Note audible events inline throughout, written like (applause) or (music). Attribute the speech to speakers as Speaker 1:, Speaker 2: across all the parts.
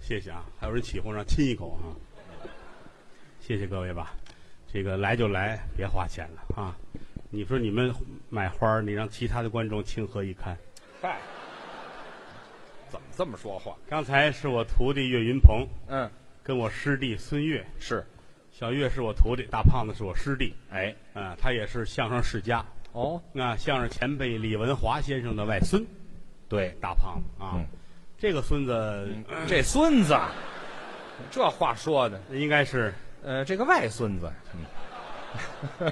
Speaker 1: 谢谢啊！还有人起哄让亲一口啊！谢谢各位吧，这个来就来，别花钱了啊！你说你们买花儿，你让其他的观众情何以堪？
Speaker 2: 嗨，怎么这么说话？
Speaker 1: 刚才是我徒弟岳云鹏
Speaker 2: 嗯，
Speaker 1: 跟我师弟孙越，
Speaker 2: 是，
Speaker 1: 小岳是我徒弟，大胖子是我师弟，
Speaker 2: 哎，
Speaker 1: 啊，他也是相声世家，
Speaker 2: 哦，
Speaker 1: 啊，相声前辈李文华先生的外孙，
Speaker 2: 对，
Speaker 1: 大胖子啊，
Speaker 2: 嗯
Speaker 1: 这个孙子、
Speaker 2: 这孙子，这话说的，
Speaker 1: 应该是
Speaker 2: 呃，这个外孙子，嗯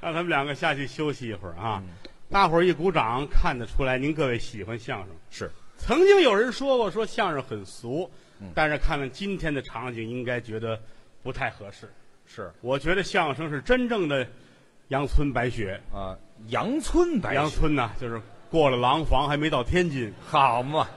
Speaker 1: 让他们两个下去休息一会儿啊。
Speaker 2: 嗯
Speaker 1: 大伙儿一鼓掌，看得出来您各位喜欢相声。
Speaker 2: 是，
Speaker 1: 曾经有人说过，说相声很俗，
Speaker 2: 嗯
Speaker 1: 但是看了今天的场景，应该觉得不太合适。
Speaker 2: 是
Speaker 1: 我觉得相声是真正的阳春白雪，
Speaker 2: 啊，阳春白
Speaker 1: 阳
Speaker 2: 雪
Speaker 1: 春呐、就是过了廊坊还没到天津。
Speaker 2: 好嘛，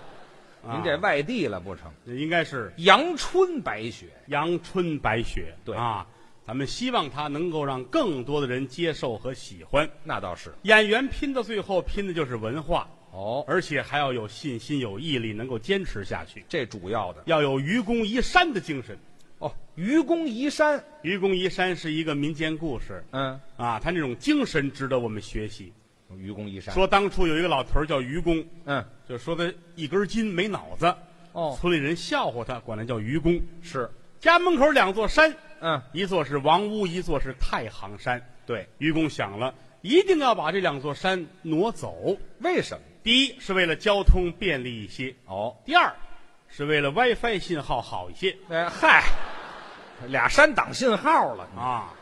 Speaker 1: 啊
Speaker 2: 您这外地了不成？
Speaker 1: 应该是
Speaker 2: 阳春白雪，
Speaker 1: 阳春白雪，
Speaker 2: 对
Speaker 1: 啊，咱们希望它能够让更多的人接受和喜欢。
Speaker 2: 那倒是。
Speaker 1: 演员拼到最后拼的就是文化，
Speaker 2: 哦，
Speaker 1: 而且还要有信心、有毅力，能够坚持下去，
Speaker 2: 这主要的
Speaker 1: 要有愚公移山的精神。
Speaker 2: 哦，愚公移山，
Speaker 1: 愚公移山是一个民间故事
Speaker 2: 嗯，
Speaker 1: 啊，他那种精神值得我们学习。
Speaker 2: 愚公移山，
Speaker 1: 说当初有一个老头儿叫愚公，
Speaker 2: 嗯，
Speaker 1: 就说他一根筋没脑子，
Speaker 2: 哦，
Speaker 1: 村里人笑话他，管他叫愚公。
Speaker 2: 是，
Speaker 1: 家门口两座山，
Speaker 2: 嗯，
Speaker 1: 一座是王屋，一座是太行山。
Speaker 2: 对，
Speaker 1: 愚公想了，一定要把这两座山挪走。
Speaker 2: 为什么？
Speaker 1: 第一是为了交通便利一些，
Speaker 2: 哦，
Speaker 1: 第二是为了 WiFi 信号好一些
Speaker 2: 哎嗨，俩山挡信号了
Speaker 1: 啊。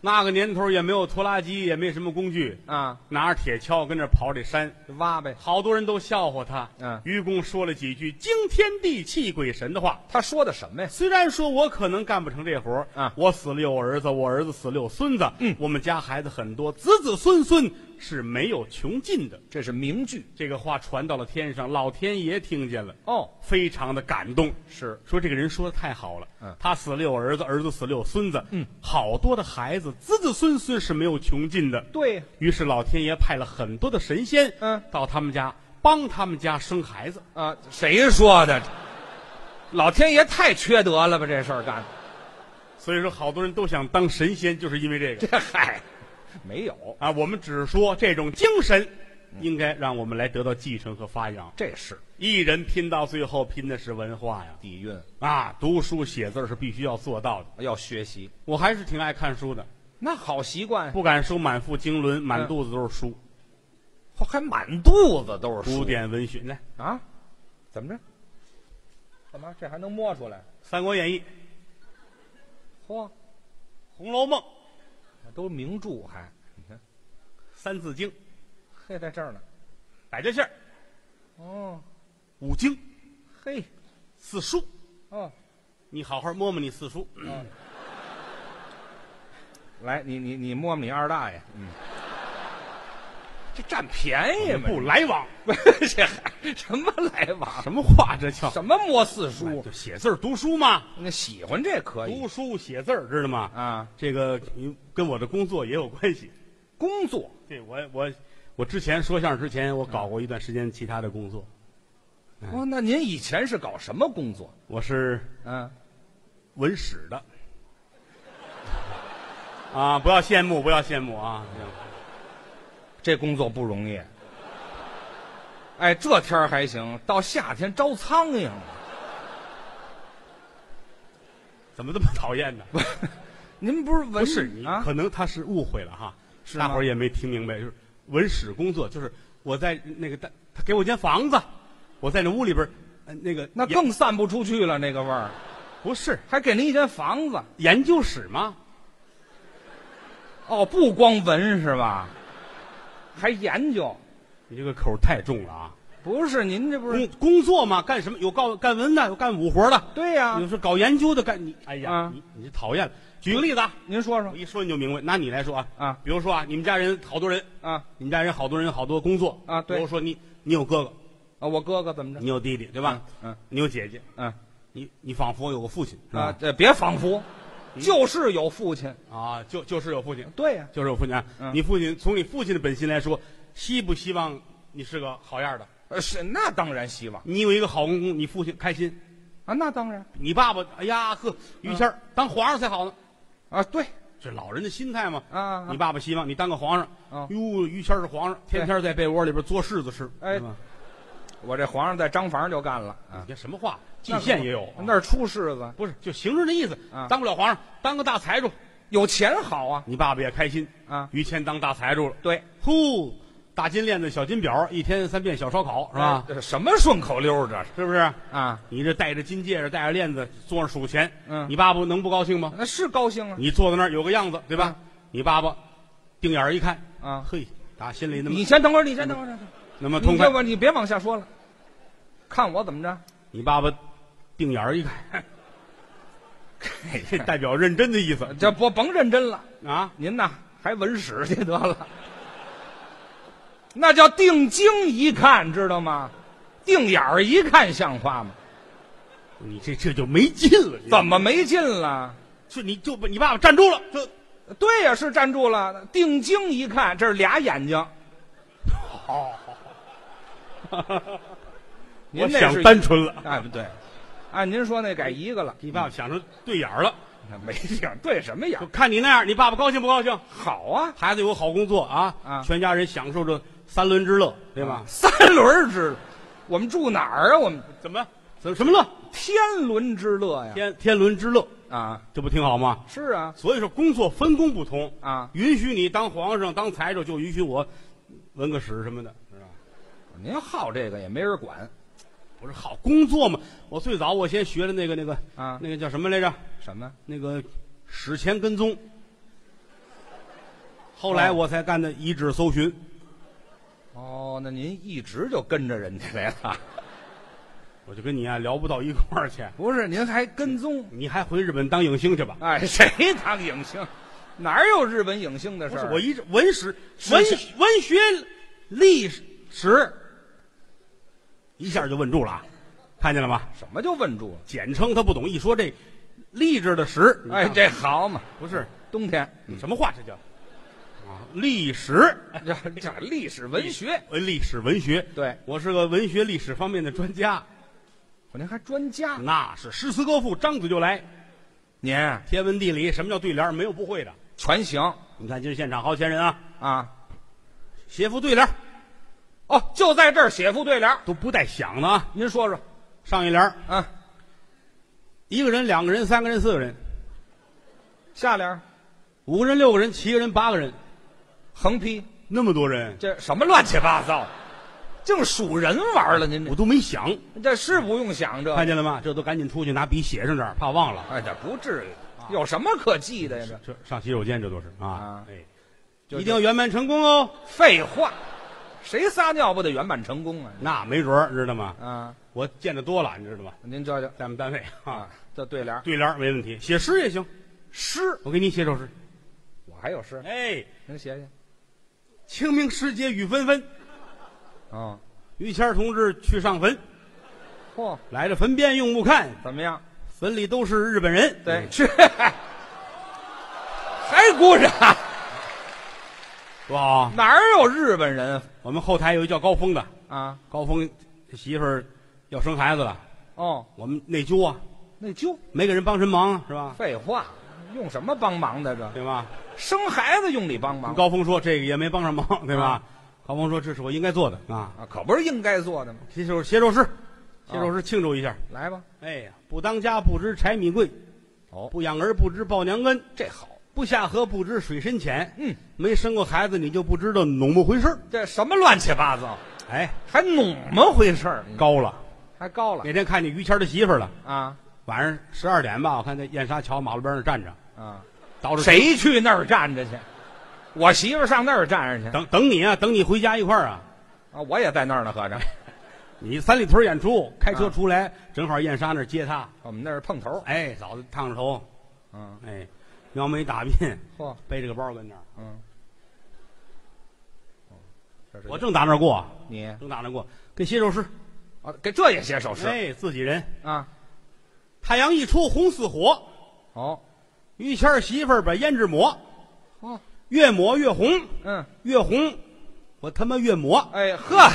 Speaker 1: 那个年头也没有拖拉机，也没什么工具，
Speaker 2: 啊，
Speaker 1: 拿着铁锹跟那儿刨这山，
Speaker 2: 挖呗。
Speaker 1: 好多人都笑话他。
Speaker 2: 嗯
Speaker 1: 愚公说了几句惊天地泣鬼神的话。
Speaker 2: 他说的什么呀？
Speaker 1: 虽然说我可能干不成这活儿，
Speaker 2: 啊
Speaker 1: 我死了有儿子，我儿子死了有孙子，嗯，我们家孩子很多，子子孙孙是没有穷尽的。
Speaker 2: 这是名句
Speaker 1: 这个话传到了天上，老天爷听见了，
Speaker 2: 哦，
Speaker 1: 非常的感动，
Speaker 2: 是
Speaker 1: 说这个人说的太好了。
Speaker 2: 嗯
Speaker 1: 他死了有儿子，儿子死了有孙子，嗯，好多的孩子，子子孙孙是没有穷尽的。
Speaker 2: 对，
Speaker 1: 于是老天爷派了很多的神仙，
Speaker 2: 嗯，
Speaker 1: 到他们家帮他们家生孩子。
Speaker 2: 啊，谁说的？老天爷太缺德了吧！这事儿 (laughs) 干的，
Speaker 1: 所以说，好多人都想当神仙，就是因为这个
Speaker 2: 这嗨，没有，
Speaker 1: 啊。我们只是说这种精神，
Speaker 2: 嗯
Speaker 1: 应该让我们来得到继承和发扬。
Speaker 2: 这是
Speaker 1: 一人拼到最后，拼的是文化呀！
Speaker 2: 底蕴，
Speaker 1: 啊，读书写字儿是必须要做到的。
Speaker 2: 要学习，
Speaker 1: 我还是挺爱看书的，
Speaker 2: 那好习惯，
Speaker 1: 不敢说满腹经纶，满
Speaker 2: 嗯
Speaker 1: 肚子都是书，
Speaker 2: 还满肚子都是
Speaker 1: 古
Speaker 2: 书
Speaker 1: 典文学。来，《
Speaker 2: 啊？怎么着？干嘛？这还能摸出来？
Speaker 1: 三国演义》《
Speaker 2: 嚯，
Speaker 1: 红楼梦》《
Speaker 2: 都名著还，你看，
Speaker 1: 三字经》《
Speaker 2: 嘿，在这儿呢。
Speaker 1: 百家姓》《
Speaker 2: 哦，
Speaker 1: 五经》《
Speaker 2: 嘿，
Speaker 1: 四书》，
Speaker 2: 哦，
Speaker 1: 你好好摸摸你四书。
Speaker 2: 来，你你你摸摸你二大爷，嗯，这占便宜嘛？
Speaker 1: 不来往，
Speaker 2: 不是 (laughs) 这还什么来往？
Speaker 1: 什么话这叫？
Speaker 2: 什么摸四
Speaker 1: 哎
Speaker 2: 书？
Speaker 1: 就写字儿读书嘛，
Speaker 2: 那喜欢这可以
Speaker 1: 读书写字儿，知道吗？
Speaker 2: 啊。
Speaker 1: 这个嗯跟我的工作也有关系。
Speaker 2: 工作
Speaker 1: 对我我我之前说相声之前，我搞过一段时间其他的工作，嗯
Speaker 2: 哦，那您以前是搞什么工作？
Speaker 1: 我是
Speaker 2: 嗯，
Speaker 1: 文史的。啊，不要羡慕，不要羡慕啊！
Speaker 2: 这工作不容易。哎，这天儿还行，到夏天招苍蝇了。
Speaker 1: 怎么这么讨厌呢？
Speaker 2: 您不是文
Speaker 1: 不是你，
Speaker 2: 啊？
Speaker 1: 可能他是误会了哈，
Speaker 2: 吗
Speaker 1: 大伙儿也没听明白，就是文史工作，就是我在那个他他给我间房子，我在那屋里边儿，呃那个
Speaker 2: 那
Speaker 1: 也
Speaker 2: 更散不出去了，那个味儿。
Speaker 1: 不是
Speaker 2: 还给您一间房子
Speaker 1: 研究室吗？
Speaker 2: 哦，不光闻是吧？还研究？
Speaker 1: 你这个口儿太重了啊！
Speaker 2: 不是您这不是？
Speaker 1: 工工作嘛，干什么？有干干文的，有干武活的，
Speaker 2: 对呀、
Speaker 1: 有是搞研究的，干你哎呀，
Speaker 2: 啊
Speaker 1: 你你这讨厌了。举个例子啊，
Speaker 2: 您说
Speaker 1: 我
Speaker 2: 说
Speaker 1: 一说你就明白。拿你来说啊，
Speaker 2: 啊
Speaker 1: 比如说啊，你们家人好多人，
Speaker 2: 啊
Speaker 1: 你们家人好多人好多工作
Speaker 2: 啊对
Speaker 1: 比如说你你有哥哥，
Speaker 2: 啊！我哥哥怎么着？
Speaker 1: 你有弟弟，对吧？
Speaker 2: 嗯
Speaker 1: 你有姐姐，
Speaker 2: 嗯
Speaker 1: 你你仿佛有个父亲是
Speaker 2: 啊
Speaker 1: 吧，嗯
Speaker 2: 这别仿佛，就是有父亲。
Speaker 1: 啊，就就是有父亲，
Speaker 2: 对呀、
Speaker 1: 就是有父亲啊。
Speaker 2: 嗯
Speaker 1: 你父亲从你父亲的本心来说，希不希望你是个好样的？
Speaker 2: 呃是那当然希望
Speaker 1: 你有一个好公公，你父亲开心，
Speaker 2: 啊，那当然
Speaker 1: 你爸爸，哎呀呵，于谦儿当皇上才好呢，
Speaker 2: 啊，对
Speaker 1: 这老人的心态嘛。
Speaker 2: 啊，
Speaker 1: 你爸爸希望你当个皇上，
Speaker 2: 啊，
Speaker 1: 哟，于谦儿是皇上，天天在被窝里边嘬柿子吃，
Speaker 2: 哎
Speaker 1: 是吧
Speaker 2: 我这皇上在张房就干了啊
Speaker 1: 你，看什么话，蓟
Speaker 2: 那可
Speaker 1: 县
Speaker 2: 不
Speaker 1: 也有，啊
Speaker 2: 那是出世子，
Speaker 1: 不是就形容这意思
Speaker 2: 啊，
Speaker 1: 当不了皇上，当个大财主，
Speaker 2: 有钱好啊
Speaker 1: 你爸爸也开心，
Speaker 2: 啊，
Speaker 1: 于谦当大财主了，
Speaker 2: 对，
Speaker 1: 呼，大金链子，小金表，一天三遍小烧烤是吧？
Speaker 2: 哎？这什么顺口溜儿这是
Speaker 1: 是不是？
Speaker 2: 啊？
Speaker 1: 你这戴着金戒指，戴着链子，坐着数钱，
Speaker 2: 嗯
Speaker 1: 你爸爸能不高兴吗？
Speaker 2: 那是高兴啊
Speaker 1: 你坐在那儿有个样子，对吧？
Speaker 2: 嗯
Speaker 1: 你爸爸定眼儿一看，
Speaker 2: 啊！
Speaker 1: 嘿，打心里那
Speaker 2: 你
Speaker 1: 么
Speaker 2: 先等会儿，你先等会儿，
Speaker 1: 那么
Speaker 2: 你
Speaker 1: 痛快
Speaker 2: 这。我你别往下说了，看我怎么着？
Speaker 1: 你爸爸定眼儿一
Speaker 2: (laughs)
Speaker 1: 看，这代表认真的意思
Speaker 2: 这不甭认真了，
Speaker 1: 啊！
Speaker 2: 您呐还文史去得了， (laughs) 那叫定睛一看，知道吗？定眼儿一看像话吗？
Speaker 1: 你这这就没劲了，
Speaker 2: 怎么没劲了？
Speaker 1: 就你就把你爸爸站住了，这
Speaker 2: 对呀、是站住了。定睛一看，这是俩眼睛。 (laughs)
Speaker 1: 好，
Speaker 2: 您
Speaker 1: 我
Speaker 2: 那
Speaker 1: 想
Speaker 2: 是
Speaker 1: 单纯了，
Speaker 2: 哎，不对，按您说那改一个了，
Speaker 1: 你爸爸想成对眼儿了，
Speaker 2: 那没影儿对什么眼
Speaker 1: 就
Speaker 2: 儿？
Speaker 1: 看你那样，你爸爸高兴不高兴？
Speaker 2: 好啊，
Speaker 1: 孩子有个好工作啊，
Speaker 2: 啊
Speaker 1: 全家人享受着三轮之乐，对吧？
Speaker 2: 三轮之乐，我们住哪儿啊？我们
Speaker 1: 怎么怎么什么乐？
Speaker 2: 天伦之乐呀！
Speaker 1: 天天伦之乐，
Speaker 2: 啊，
Speaker 1: 这不挺好吗？
Speaker 2: 是啊，
Speaker 1: 所以说工作分工不同，
Speaker 2: 啊，
Speaker 1: 允许你当皇上、当财主，就允许我纹个史什么的，是吧？
Speaker 2: 您好这个也没人管
Speaker 1: 不是好工作嘛？我最早我先学的那个那个
Speaker 2: 啊？
Speaker 1: 那个叫什么来着？
Speaker 2: 什么？
Speaker 1: 那个史前跟踪。后来我才干的遗址搜寻，
Speaker 2: 哦，那您一直就跟着人家来了？
Speaker 1: 我就跟你啊聊不到一块儿去。
Speaker 2: (laughs) 不是，您还跟踪？
Speaker 1: 你还回日本当影星去吧？
Speaker 2: 哎，谁当影星？哪有日本影星的
Speaker 1: 不
Speaker 2: 事
Speaker 1: 是，
Speaker 2: 儿？
Speaker 1: 我一直文史
Speaker 2: 史
Speaker 1: 文
Speaker 2: 前
Speaker 1: 文学历史，一下就问住了啊，看见了吗？
Speaker 2: 什么就问住了？
Speaker 1: 简称他不懂，一说这励志的史，你看
Speaker 2: 哎，这好嘛，
Speaker 1: 不是
Speaker 2: 冬天
Speaker 1: 什么话，这叫啊历史
Speaker 2: (laughs) 这这历史文学，
Speaker 1: 呃历史文学。
Speaker 2: 对，
Speaker 1: 我是个文学历史方面的专家，
Speaker 2: 我您还专家，
Speaker 1: 那是诗词歌赋张嘴就来，
Speaker 2: 您
Speaker 1: 天文地理什么叫对联儿没有不会的。
Speaker 2: 全行
Speaker 1: 你看今儿现场好些人啊，
Speaker 2: 啊！
Speaker 1: 写副对联儿
Speaker 2: 哦，就在这儿写副对联儿，
Speaker 1: 都不带想的啊，
Speaker 2: 您说说
Speaker 1: 上一联儿
Speaker 2: 啊，
Speaker 1: 一个人、两个人、三个人、四个人、
Speaker 2: 下联儿
Speaker 1: 五个人、六个人、七个人、八个人，
Speaker 2: 横批，
Speaker 1: 那么多人，
Speaker 2: 这什么乱七八 (laughs) 糟，净数人玩儿了，您
Speaker 1: 我都没想，
Speaker 2: 这这是不用想这，
Speaker 1: 看见了吗？这都赶紧出去拿笔写上点儿，怕忘了。
Speaker 2: 哎，这不至于，有什么可记的呀？这
Speaker 1: 这上洗手间这都是啊
Speaker 2: 啊，
Speaker 1: 哎，
Speaker 2: 就
Speaker 1: 一定要圆满成功哦。
Speaker 2: 废话，谁撒尿不得圆满成功啊？
Speaker 1: 那没准儿，知道吗？
Speaker 2: 啊，
Speaker 1: 我见得多了，你知道吗？
Speaker 2: 您瞧瞧
Speaker 1: 在我们单位啊
Speaker 2: 啊，，这对联儿
Speaker 1: (laughs) 对联儿没问题，写诗也行。
Speaker 2: 诗，
Speaker 1: 我给你写首诗，
Speaker 2: 我还有诗，
Speaker 1: 哎，
Speaker 2: 您写写
Speaker 1: 清明时节雨纷纷，
Speaker 2: 啊。
Speaker 1: 于谦儿同志去上坟，
Speaker 2: 嚯、
Speaker 1: 来了坟边用木看，
Speaker 2: 怎么样？
Speaker 1: 坟里都是日本人。嗯
Speaker 2: 对，去， (laughs) 还鼓掌？
Speaker 1: 多好啊！
Speaker 2: 哪儿有日本人
Speaker 1: 我们后台有一叫高峰的，
Speaker 2: 啊？
Speaker 1: 高峰媳妇儿要生孩子了，
Speaker 2: 哦，
Speaker 1: 我们内疚啊，
Speaker 2: 那就
Speaker 1: 没给人帮什么忙啊是吧？
Speaker 2: 废话，用什么帮忙的这？
Speaker 1: 对吧？
Speaker 2: 生孩子用你帮
Speaker 1: 跟
Speaker 2: 忙
Speaker 1: 高峰说这个也没帮上忙，对吧
Speaker 2: 啊？
Speaker 1: 高峰说这是我应该做的啊，
Speaker 2: 啊，可不是应该做的吗？
Speaker 1: 写首写首诗，写首诗庆祝一下。
Speaker 2: 来吧，
Speaker 1: 哎呀，不当家不知柴米贵，
Speaker 2: 哦
Speaker 1: 不养儿不知抱娘恩，
Speaker 2: 这好，
Speaker 1: 不下河不知水深浅。
Speaker 2: 嗯，
Speaker 1: 没生过孩子你就不知道怎么回事儿
Speaker 2: 这什么乱七八糟，
Speaker 1: 哎，
Speaker 2: 还弄么回事儿？
Speaker 1: 高了。
Speaker 2: 还高了
Speaker 1: 那天看见于谦儿的媳妇儿了，
Speaker 2: 啊
Speaker 1: 晚上十二点吧，我看在燕莎桥马路边上站着，
Speaker 2: 啊！
Speaker 1: 倒着
Speaker 2: 谁去那儿站着去？我媳妇儿上那儿站着去
Speaker 1: 等等你啊，等你回家一块儿啊。
Speaker 2: 啊！我也在那儿呢，合着
Speaker 1: 你三里屯演出，开车
Speaker 2: 啊
Speaker 1: 出来，正好燕莎那儿接他。
Speaker 2: 我们那儿碰头。
Speaker 1: 哎，嫂子烫着头，
Speaker 2: 嗯，
Speaker 1: 哎，描眉打鬓，
Speaker 2: 嚯，
Speaker 1: 背着个包跟那儿。
Speaker 2: 嗯，这是
Speaker 1: 我正打那儿过，
Speaker 2: 你
Speaker 1: 正打那儿过，跟写首诗。
Speaker 2: 啊，给这也写首诗、
Speaker 1: 哎，自己人。
Speaker 2: 啊？
Speaker 1: 太阳一出红似火，
Speaker 2: 哦，
Speaker 1: 于谦儿媳妇儿把胭脂抹，
Speaker 2: 哦，
Speaker 1: 越抹越红，
Speaker 2: 嗯，
Speaker 1: 越红，我他妈越抹。
Speaker 2: 哎呵，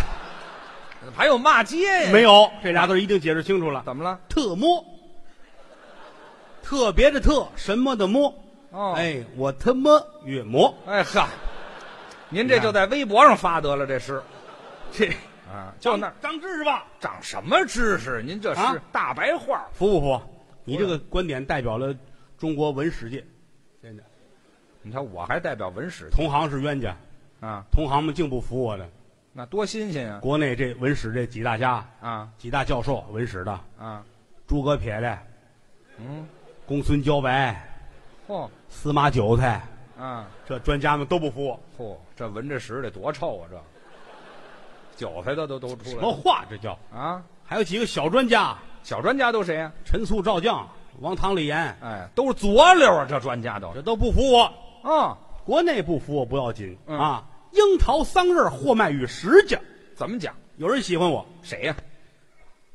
Speaker 2: 还有骂街呀？
Speaker 1: 没，有，这俩字儿一定解释清楚了。
Speaker 2: 怎么了？
Speaker 1: 特么，特别的特，什么的么？
Speaker 2: 哦
Speaker 1: 哎，我他妈越磨，
Speaker 2: 哎哈，您这就在微博上发得了这诗
Speaker 1: 这
Speaker 2: 啊，就那儿
Speaker 1: 张志是吧？
Speaker 2: 长什么知识？您这是
Speaker 1: 哦啊
Speaker 2: 大白话，
Speaker 1: 服不服？你这个观点代表了中国文史界，真的，
Speaker 2: 你看我还代表文史
Speaker 1: 同行是冤家，
Speaker 2: 啊，
Speaker 1: 同行们竟不服我的。
Speaker 2: 那多新鲜呀！
Speaker 1: 国内这文史这几大家、
Speaker 2: 啊
Speaker 1: 几大教授，文史的
Speaker 2: 啊，
Speaker 1: 诸葛撇来、
Speaker 2: 嗯，
Speaker 1: 公孙茭白、
Speaker 2: 嚯
Speaker 1: 司马韭菜，
Speaker 2: 啊
Speaker 1: 这专家们都不服我。
Speaker 2: 嚯，这闻着屎得多臭啊！这韭菜的都都出
Speaker 1: 什么
Speaker 2: 来了
Speaker 1: 话这叫？
Speaker 2: 啊！
Speaker 1: 还有几个小专家，
Speaker 2: 小专家都谁呀？
Speaker 1: 陈醋赵酱、王唐李岩，
Speaker 2: 哎，都是佐料啊！这专家都是
Speaker 1: 这都不服我。
Speaker 2: 啊，
Speaker 1: 国内不服我不要紧、
Speaker 2: 嗯
Speaker 1: 啊，樱桃桑葚货卖与十家，
Speaker 2: 怎么讲？
Speaker 1: 有人喜欢我。
Speaker 2: 谁呀？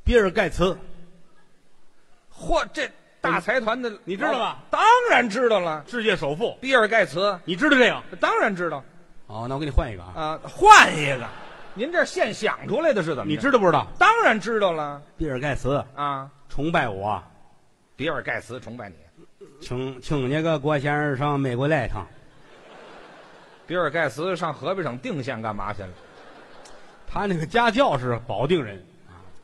Speaker 1: 比尔盖茨，
Speaker 2: 嚯，这大财团的
Speaker 1: 你知道吧？
Speaker 2: 当然知道了，
Speaker 1: 世界首富，
Speaker 2: 比尔盖茨
Speaker 1: 你知道这个？
Speaker 2: 当然知道
Speaker 1: 哦，那我给你换一个啊。
Speaker 2: 啊。换一个，您这现想出来的是怎么
Speaker 1: 你
Speaker 2: 着？
Speaker 1: 知道不知道？
Speaker 2: 当然知道了
Speaker 1: 比尔盖茨
Speaker 2: 啊。
Speaker 1: 崇拜我，
Speaker 2: 比尔盖茨崇拜你，
Speaker 1: 请请那个郭先生上美国来一趟。
Speaker 2: 比尔盖茨上河北省定县干嘛去了？
Speaker 1: 他那个家教是保定人，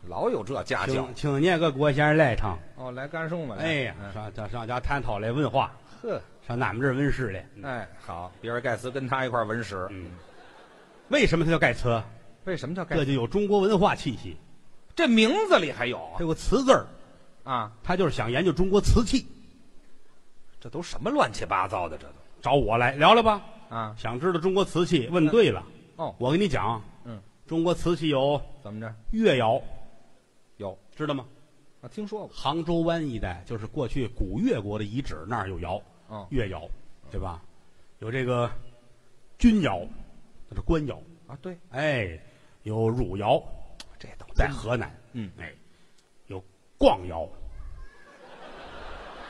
Speaker 2: 老有这家教
Speaker 1: 请请那个郭先生来一趟。
Speaker 2: 哦，来甘肃嘛。来
Speaker 1: 哎呀，
Speaker 2: 嗯
Speaker 1: 上上上家探讨来问话，
Speaker 2: 呵，
Speaker 1: 上俺们这儿温室来。
Speaker 2: 哎，好，比尔盖茨跟他一块儿文史，
Speaker 1: 嗯，为什么他叫盖茨？
Speaker 2: 为什么叫盖
Speaker 1: 这
Speaker 2: 茨？
Speaker 1: 就有中国文化气息。
Speaker 2: 这名字里还有
Speaker 1: 他有个“词”字儿，
Speaker 2: 啊？
Speaker 1: 他就是想研究中国瓷器。
Speaker 2: 这都什么乱七八糟的？这都
Speaker 1: 找我来聊聊吧，
Speaker 2: 啊？
Speaker 1: 想知道中国瓷器，问对了。
Speaker 2: 哦，
Speaker 1: 我跟你讲，
Speaker 2: 嗯，
Speaker 1: 中国瓷器有
Speaker 2: 怎么着？
Speaker 1: 越窑，
Speaker 2: 有
Speaker 1: 知道吗？
Speaker 2: 啊？听说过
Speaker 1: 杭州湾一带就是过去古越国的遗址，那儿有窑，
Speaker 2: 哦
Speaker 1: 越窑，对吧？有这个钧窑，那是官窑，
Speaker 2: 啊？对，
Speaker 1: 哎，有汝窑，
Speaker 2: 这都
Speaker 1: 在河南，
Speaker 2: 嗯
Speaker 1: 哎，有逛窑，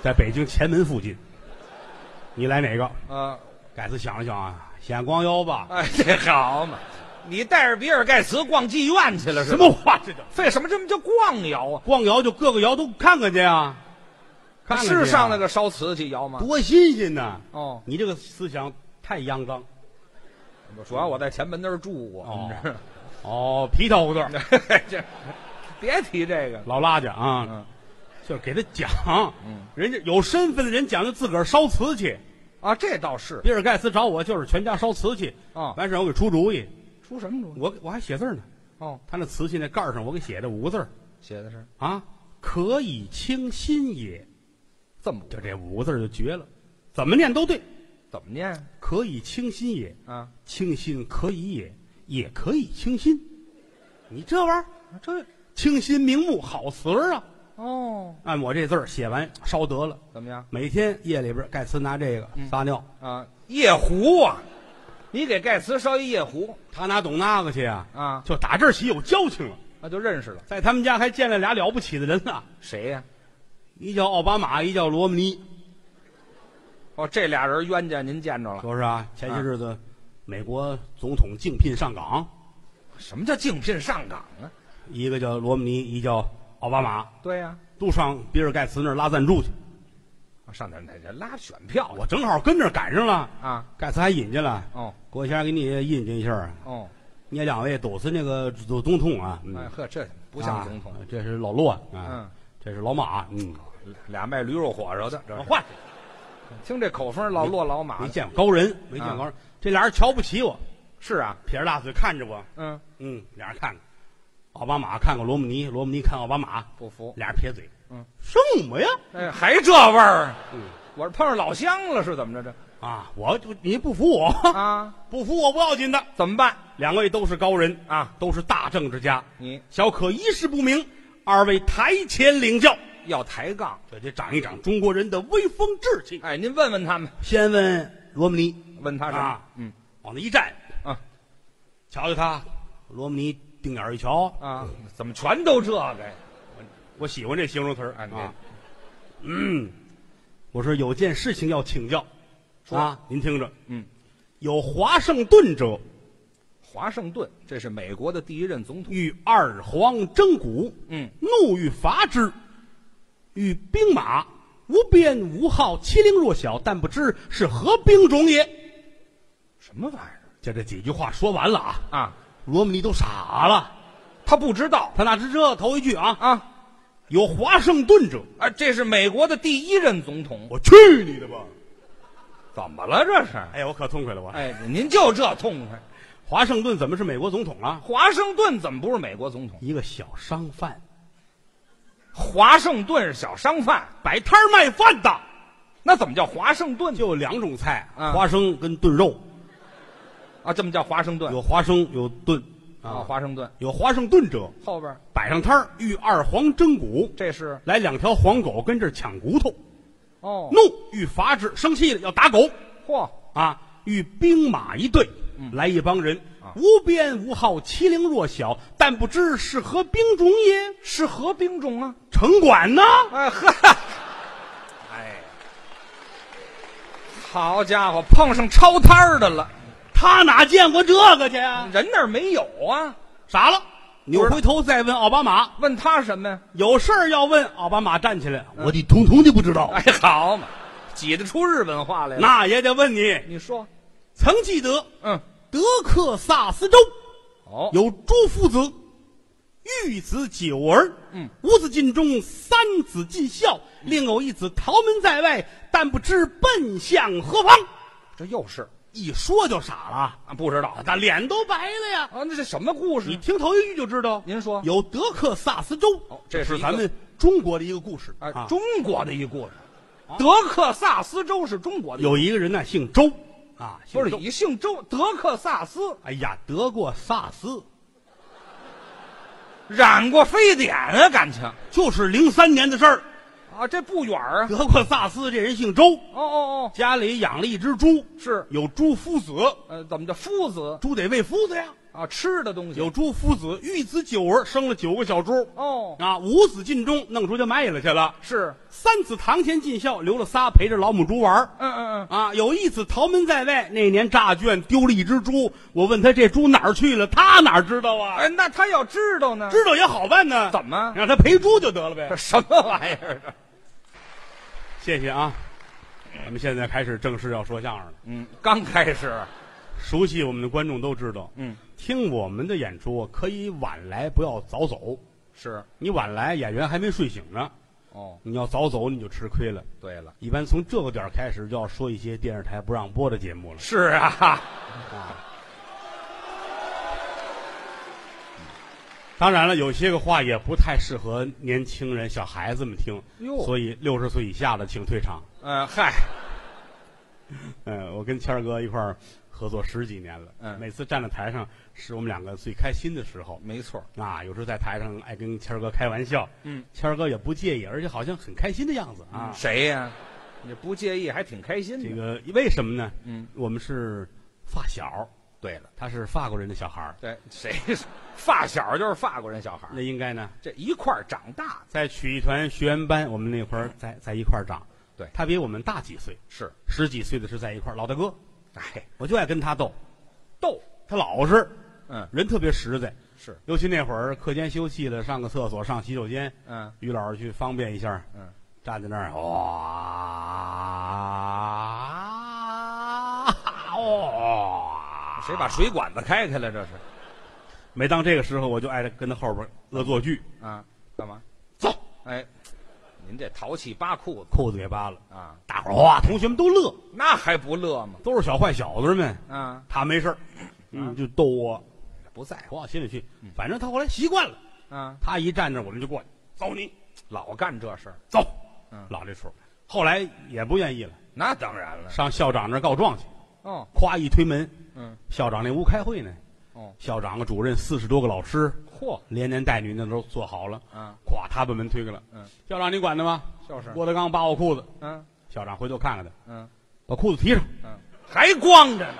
Speaker 1: 在北京前门附近。你来哪个？
Speaker 2: 啊，
Speaker 1: 盖茨想了想啊，先逛窑吧。
Speaker 2: 哎，这好嘛！你带着比尔盖茨逛妓院去了是
Speaker 1: 什
Speaker 2: 吧？
Speaker 1: 么话这叫？
Speaker 2: 废什么这么叫逛窑啊？
Speaker 1: 逛窑就各个窑都看看去啊，看看去啊
Speaker 2: 是上来个烧瓷器窑吗？
Speaker 1: 多新鲜呐！
Speaker 2: 哦，
Speaker 1: 你这个思想太肮脏
Speaker 2: 主要我在前门那儿住过。
Speaker 1: 哦哦，皮条胡同儿
Speaker 2: (laughs) 这别提这个了。
Speaker 1: 老拉家啊，
Speaker 2: 嗯
Speaker 1: 就是给他讲，
Speaker 2: 嗯
Speaker 1: 人家有身份的人讲究自个儿烧瓷器。
Speaker 2: 啊，这倒是
Speaker 1: 比尔盖茨找我就是全家烧瓷器，
Speaker 2: 啊。
Speaker 1: 完事儿我给出主意，
Speaker 2: 哎出什么主意？
Speaker 1: 我我还写字儿呢，
Speaker 2: 哦，
Speaker 1: 他那瓷器那盖儿上我给写的五个字儿
Speaker 2: 写的是
Speaker 1: 啊，可以清心也，
Speaker 2: 这么
Speaker 1: 就这五个字儿就绝了，怎么念都对，
Speaker 2: 怎么念啊
Speaker 1: 可以清心也。
Speaker 2: 啊？
Speaker 1: 清心可以也，也可以清心。你这玩意儿，
Speaker 2: 啊这
Speaker 1: 清心明目，好词儿啊！
Speaker 2: 哦，
Speaker 1: 按我这字儿写完，烧得了。
Speaker 2: 怎么样
Speaker 1: 每天夜里边，盖茨拿这个撒尿，
Speaker 2: 啊？夜壶啊，你给盖茨烧一夜壶
Speaker 1: 他哪懂那个去啊？
Speaker 2: 啊，
Speaker 1: 就打这儿起有交情了，
Speaker 2: 那就认识了。
Speaker 1: 在他们家还见了俩了不起的人呢，
Speaker 2: 谁呀、
Speaker 1: 一叫奥巴马，一叫罗姆尼，
Speaker 2: 哦，这俩人冤家您见着了。
Speaker 1: 就是啊。前些日子，美国总统竞聘上岗，
Speaker 2: 什么叫竞聘上岗啊？
Speaker 1: 一个叫罗姆尼，一叫奥巴马，
Speaker 2: 对呀、啊
Speaker 1: 都上比尔盖茨那儿拉赞助去。
Speaker 2: 上哪儿哪拉选票
Speaker 1: 我正好跟那儿赶上了，
Speaker 2: 啊？
Speaker 1: 盖茨还引进了。
Speaker 2: 哦
Speaker 1: 郭先生给你印证一下，
Speaker 2: 哦，
Speaker 1: 你两位都是那个总总统啊，嗯
Speaker 2: 哎呵，这不像总统。
Speaker 1: 啊这是老骆啊
Speaker 2: 嗯，
Speaker 1: 这是老马，嗯，
Speaker 2: 俩卖驴肉火烧的，这是啊
Speaker 1: 换
Speaker 2: 听这口风，老骆老马
Speaker 1: 没
Speaker 2: 的
Speaker 1: 见过高人，没见过
Speaker 2: 嗯
Speaker 1: 高人，这俩人瞧不起我，
Speaker 2: 是啊，
Speaker 1: 撇着大嘴看着我，
Speaker 2: 嗯，
Speaker 1: 嗯，俩人看看，奥巴马看看罗姆尼，罗姆尼看奥巴马，
Speaker 2: 不服，
Speaker 1: 俩人撇嘴，
Speaker 2: 嗯，
Speaker 1: 什么呀？
Speaker 2: 哎，还这味儿，
Speaker 1: 嗯
Speaker 2: 我是碰上老乡了是怎么着这
Speaker 1: 啊，我就你不服
Speaker 2: (laughs)
Speaker 1: 我，
Speaker 2: 啊？
Speaker 1: 不服我不要紧的，
Speaker 2: 怎么办
Speaker 1: 两位都是高人，
Speaker 2: 啊？
Speaker 1: 都是大政治家，
Speaker 2: 你
Speaker 1: 小可一事不明，二位台前领教。
Speaker 2: 要抬杠，
Speaker 1: 这得长一长中国人的威风志气。啊
Speaker 2: 哎，您问问他们，
Speaker 1: 先问罗姆尼，
Speaker 2: 问他什
Speaker 1: 啊
Speaker 2: 么？嗯
Speaker 1: 往那一站，
Speaker 2: 啊
Speaker 1: 瞧瞧他，罗姆尼定眼儿一瞧，
Speaker 2: 啊，怎么全都这个呀？
Speaker 1: 我喜欢这形容词儿
Speaker 2: 哎
Speaker 1: 啊。嗯，我说有件事情要请教，
Speaker 2: 说
Speaker 1: 啊，您听着，
Speaker 2: 嗯，
Speaker 1: 有华盛顿者，
Speaker 2: 华盛顿，这是美国的第一任总统。
Speaker 1: 欲二皇争古，
Speaker 2: 嗯，
Speaker 1: 怒欲伐之，欲兵马无边无号，欺凌弱小，但不知是何兵种也。
Speaker 2: 什么玩意儿
Speaker 1: 就这几句话说完了啊，
Speaker 2: 啊？
Speaker 1: 罗姆尼都傻了，
Speaker 2: 他不知道
Speaker 1: 他哪知这头一句啊，
Speaker 2: 啊
Speaker 1: 有华盛顿者，
Speaker 2: 啊！这是美国的第一任总统，
Speaker 1: 我去你的吧！
Speaker 2: 怎么了这是？
Speaker 1: 哎呀，我可痛快了我。
Speaker 2: 哎，您就这痛快？
Speaker 1: 华盛顿怎么是美国总统了？
Speaker 2: 华盛顿怎么不是美国总统？
Speaker 1: 一个小商贩，
Speaker 2: 华盛顿是小商贩，
Speaker 1: 摆摊儿卖饭的，
Speaker 2: 那怎么叫华盛顿呢？
Speaker 1: 就两种菜，
Speaker 2: 嗯
Speaker 1: 花生跟炖肉，
Speaker 2: 啊，这么叫华盛顿
Speaker 1: 有花生有炖
Speaker 2: 啊，华盛顿
Speaker 1: 有华盛顿者
Speaker 2: 后边
Speaker 1: 摆上摊儿，遇二黄争骨，
Speaker 2: 这是
Speaker 1: 来两条黄狗跟这儿抢骨头，
Speaker 2: 哦，
Speaker 1: 怒欲罚之，生气了要打狗
Speaker 2: 嚯，
Speaker 1: 啊！遇兵马一队，来一帮人，
Speaker 2: 嗯啊
Speaker 1: 无边无号，欺凌弱小，但不知是何兵种也。
Speaker 2: 是何兵种啊？
Speaker 1: 城管呢？
Speaker 2: 哎呵，哎，好家伙，碰上抄摊儿的了，
Speaker 1: 他哪见过这个去啊？
Speaker 2: 人那儿没有啊？
Speaker 1: 傻了！扭
Speaker 2: 不知道
Speaker 1: 回头再问奥巴马，
Speaker 2: 问他什么呀？ (laughs)
Speaker 1: 有事儿要问奥巴马，站起来，我的统统的不知道，
Speaker 2: 嗯哎，好嘛，挤得出日本话来了。
Speaker 1: 那也得问你。
Speaker 2: 你说，
Speaker 1: 曾记得
Speaker 2: 嗯，
Speaker 1: 德克萨斯州
Speaker 2: 哦，
Speaker 1: 有朱夫子，育子九儿，
Speaker 2: 嗯，
Speaker 1: 五子尽忠，三子尽孝，另有一子逃门在外，但不知奔向何方。
Speaker 2: 这又是
Speaker 1: 一说就傻了，
Speaker 2: 啊，不知道啊，
Speaker 1: 那脸都白了呀！
Speaker 2: 那是什么故
Speaker 1: 你
Speaker 2: 事？
Speaker 1: 听头一句就知道，
Speaker 2: 您说
Speaker 1: 有德克萨斯州
Speaker 2: 哦，这是
Speaker 1: 是
Speaker 2: 一
Speaker 1: 咱
Speaker 2: 个
Speaker 1: 们中国的一个故事
Speaker 2: 啊，
Speaker 1: 啊。
Speaker 2: 中国的一故事，德克萨斯州是中国的一，
Speaker 1: 有一个人呢，姓周啊，姓
Speaker 2: 不是
Speaker 1: 周
Speaker 2: 一姓周，德克萨斯
Speaker 1: 哎呀，得过萨斯，
Speaker 2: 染过非典啊，感情
Speaker 1: 就是零三年的事儿。
Speaker 2: 啊，这不远儿啊。
Speaker 1: 得过萨斯这人姓周，
Speaker 2: 哦哦
Speaker 1: 家里养了一只猪，
Speaker 2: 哦，是，
Speaker 1: 有猪夫子，
Speaker 2: 呃，怎么叫夫子
Speaker 1: 猪得喂夫子呀。
Speaker 2: 啊？吃的东西
Speaker 1: 有猪夫子，育子九儿，生了九个小猪，
Speaker 2: 哦，
Speaker 1: 啊，五子尽忠，弄出去卖了去了。
Speaker 2: 是，
Speaker 1: 三子堂前尽孝，留了仨陪着老母猪玩儿。
Speaker 2: 嗯嗯嗯，
Speaker 1: 啊，有一子逃门在外，那年诈卷丢了一只猪，我问他这猪哪儿去了，他哪儿知道啊？
Speaker 2: 哎，那他要知道呢？
Speaker 1: 知道也好办呢，
Speaker 2: 怎
Speaker 1: (laughs)
Speaker 2: 么？
Speaker 1: 让他陪猪就得了呗
Speaker 2: 这。什么玩意儿？啊这
Speaker 1: 谢谢啊！咱们现在开始正式要说相声了。
Speaker 2: 嗯，刚开始，
Speaker 1: 熟悉我们的观众都知道，
Speaker 2: 嗯，
Speaker 1: 听我们的演出可以晚来，不要早走。
Speaker 2: 是，
Speaker 1: 你晚来，演员还没睡醒呢；
Speaker 2: 哦，
Speaker 1: 你要早走，你就吃亏了。
Speaker 2: 对了，
Speaker 1: 一般从这个点儿开始就要说一些电视台不让播的节目了。
Speaker 2: 是啊， (laughs)
Speaker 1: 当然了，有些个话也不太适合年轻人、小孩子们听，
Speaker 2: 哟
Speaker 1: 所以六十岁以下的请退场。
Speaker 2: 呃，嗨，
Speaker 1: 嗯，我跟谦儿哥一块儿合作十几年了，
Speaker 2: 嗯
Speaker 1: 每次站在台上是我们两个最开心的时候。
Speaker 2: 没错儿，
Speaker 1: 啊，有时候在台上爱跟谦儿哥开玩笑，
Speaker 2: 嗯，
Speaker 1: 谦儿哥也不介意，而且好像很开心的样子啊。
Speaker 2: 谁呀？你不介意，还挺开心
Speaker 1: 这
Speaker 2: 的。
Speaker 1: 个为什么呢？
Speaker 2: 嗯，
Speaker 1: 我们是发小，
Speaker 2: 对了，
Speaker 1: 他是法国人的小孩儿，
Speaker 2: 对，谁 (laughs) 是发小就是法国人小孩儿
Speaker 1: 那，应该呢，
Speaker 2: 这一块儿长大的
Speaker 1: 在曲艺团学员班，我们那会儿在在一块儿长，
Speaker 2: 对
Speaker 1: 他比我们大几岁，
Speaker 2: 是，
Speaker 1: 十几岁的是在一块儿。老大哥，
Speaker 2: 哎，
Speaker 1: 我就爱跟他斗，
Speaker 2: 逗，
Speaker 1: 他老实，
Speaker 2: 嗯，
Speaker 1: 人特别实在。
Speaker 2: 是，
Speaker 1: 尤其那会儿课间休息了，上个厕所，上洗手间，
Speaker 2: 嗯
Speaker 1: 于老师去方便一下，
Speaker 2: 嗯，
Speaker 1: 站在那儿，哇哇，
Speaker 2: 谁把水管子开开了？这是
Speaker 1: 每当这个时候，我就爱跟他后边恶作剧，
Speaker 2: 啊，干嘛？
Speaker 1: 走，
Speaker 2: 哎，您这淘气扒裤子
Speaker 1: 裤子给扒了，
Speaker 2: 啊，
Speaker 1: 大伙儿哇，同学们都乐，
Speaker 2: 那还不乐吗？
Speaker 1: 都是小坏小子们，
Speaker 2: 啊，
Speaker 1: 他没事儿，嗯，就逗我，
Speaker 2: 不在乎
Speaker 1: 我往心里去，
Speaker 2: 嗯
Speaker 1: 反正他后来习惯了，
Speaker 2: 啊，
Speaker 1: 他一站那儿，我们就过去，走你
Speaker 2: 老干这事儿，
Speaker 1: 走
Speaker 2: 嗯，
Speaker 1: 老这出，后来也不愿意了，
Speaker 2: 那当然了。
Speaker 1: 上校长那儿告状去，
Speaker 2: 哦，
Speaker 1: 咵一推门，
Speaker 2: 嗯，
Speaker 1: 校长那屋开会呢，
Speaker 2: 哦，
Speaker 1: 校长啊主任四十多个老师，
Speaker 2: 嚯，
Speaker 1: 连男带女那都坐好了，
Speaker 2: 啊，
Speaker 1: 咵，他把门推开了。
Speaker 2: 嗯，
Speaker 1: 校长，你管的吗？
Speaker 2: 就是，
Speaker 1: 郭德纲扒我裤子。
Speaker 2: 嗯
Speaker 1: 校长回头看看他，
Speaker 2: 嗯
Speaker 1: 把裤子提上。
Speaker 2: 嗯，还光着呢。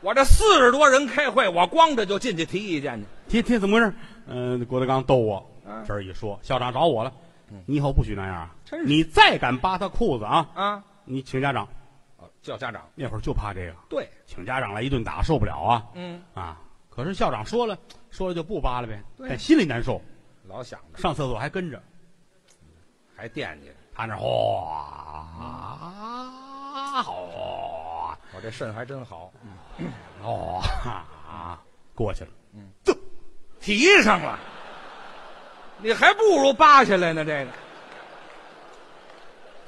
Speaker 2: 我这四十多人开会，我光着就进去提意见去。
Speaker 1: 提提怎么回事？嗯、郭德纲逗我
Speaker 2: 嗯。
Speaker 1: 这儿一说，校长找我了。你以后不许那样啊
Speaker 2: 真！是
Speaker 1: 你再敢扒他裤子啊，
Speaker 2: 啊，
Speaker 1: 你请家长。
Speaker 2: 叫家长。哦
Speaker 1: 那会儿就怕这个，
Speaker 2: 对，
Speaker 1: 请家长来一顿打受不了啊
Speaker 2: 嗯，
Speaker 1: 啊！可是校长说了，说了就不扒了呗，
Speaker 2: 对
Speaker 1: 但心里难受，
Speaker 2: 老想着
Speaker 1: 上厕所还跟着
Speaker 2: 还惦记着，
Speaker 1: 他那哗，哗
Speaker 2: 我这肾还真好，
Speaker 1: 哗，过去了。
Speaker 2: 嗯提上了，你还不如扒下来呢。这个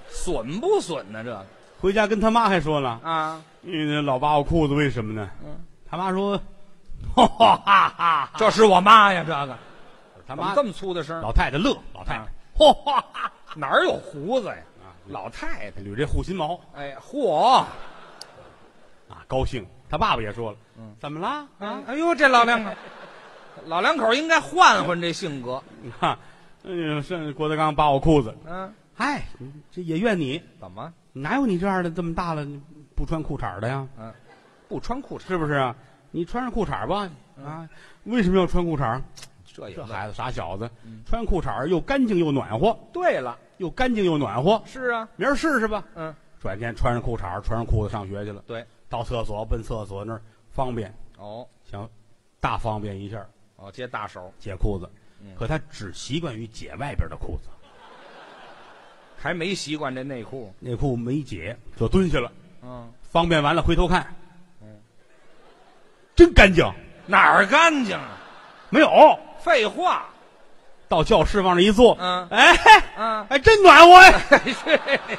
Speaker 2: 损不损呢？这个
Speaker 1: 回家跟他妈还说呢，
Speaker 2: 啊，
Speaker 1: 嗯，老扒我裤子，为什么呢？
Speaker 2: 嗯，
Speaker 1: 他妈说， (laughs) 哈哈哈哈，
Speaker 2: 这是我妈呀，这个
Speaker 1: 他
Speaker 2: 怎
Speaker 1: 妈
Speaker 2: 么这么粗的声儿？
Speaker 1: 老太太乐，老太太
Speaker 2: 啊，
Speaker 1: (laughs) 嚯哈哈，
Speaker 2: 哪儿有胡子呀？
Speaker 1: 啊
Speaker 2: 老太太，
Speaker 1: 捋这护心毛
Speaker 2: 哎，嚯！
Speaker 1: 啊，高兴。他爸爸也说了， (laughs) 怎么啦？
Speaker 2: 啊，哎呦，这老两口，老两口应该换换这性格。
Speaker 1: 哈，嗯，是郭德纲扒我裤子，
Speaker 2: 嗯、
Speaker 1: 哎，这也怨你，
Speaker 2: 怎么
Speaker 1: 哪有你这样的这么大了不穿裤衩的呀？
Speaker 2: 不穿裤衩？
Speaker 1: 是不是啊？你穿上裤衩吧，啊，为什么要穿裤衩？
Speaker 2: 嗯这嗯也
Speaker 1: 这
Speaker 2: 还
Speaker 1: 孩子傻小子，穿裤衩又干净又暖和，
Speaker 2: 对了，
Speaker 1: 又干净又暖和。
Speaker 2: 是啊，
Speaker 1: 明儿试试吧。
Speaker 2: 嗯，
Speaker 1: 转天穿上裤衩，穿上裤子上学去了。
Speaker 2: 对，
Speaker 1: 到厕所奔厕所那儿方便，
Speaker 2: 哦
Speaker 1: 想大方便一下
Speaker 2: 哦，接大手
Speaker 1: 解裤子
Speaker 2: 嗯，
Speaker 1: 可他只习惯于解外边的裤子，
Speaker 2: 还没习惯这内裤。
Speaker 1: 内裤没解就蹲下了。
Speaker 2: 嗯，
Speaker 1: 方便完了回头看，
Speaker 2: 嗯，
Speaker 1: 真干净，
Speaker 2: 哪儿干净啊？
Speaker 1: 没有。
Speaker 2: 废话，
Speaker 1: 到教室往那一坐，
Speaker 2: 嗯
Speaker 1: 哎，
Speaker 2: 啊，
Speaker 1: 还真暖和哎。
Speaker 2: 嘿嘿嘿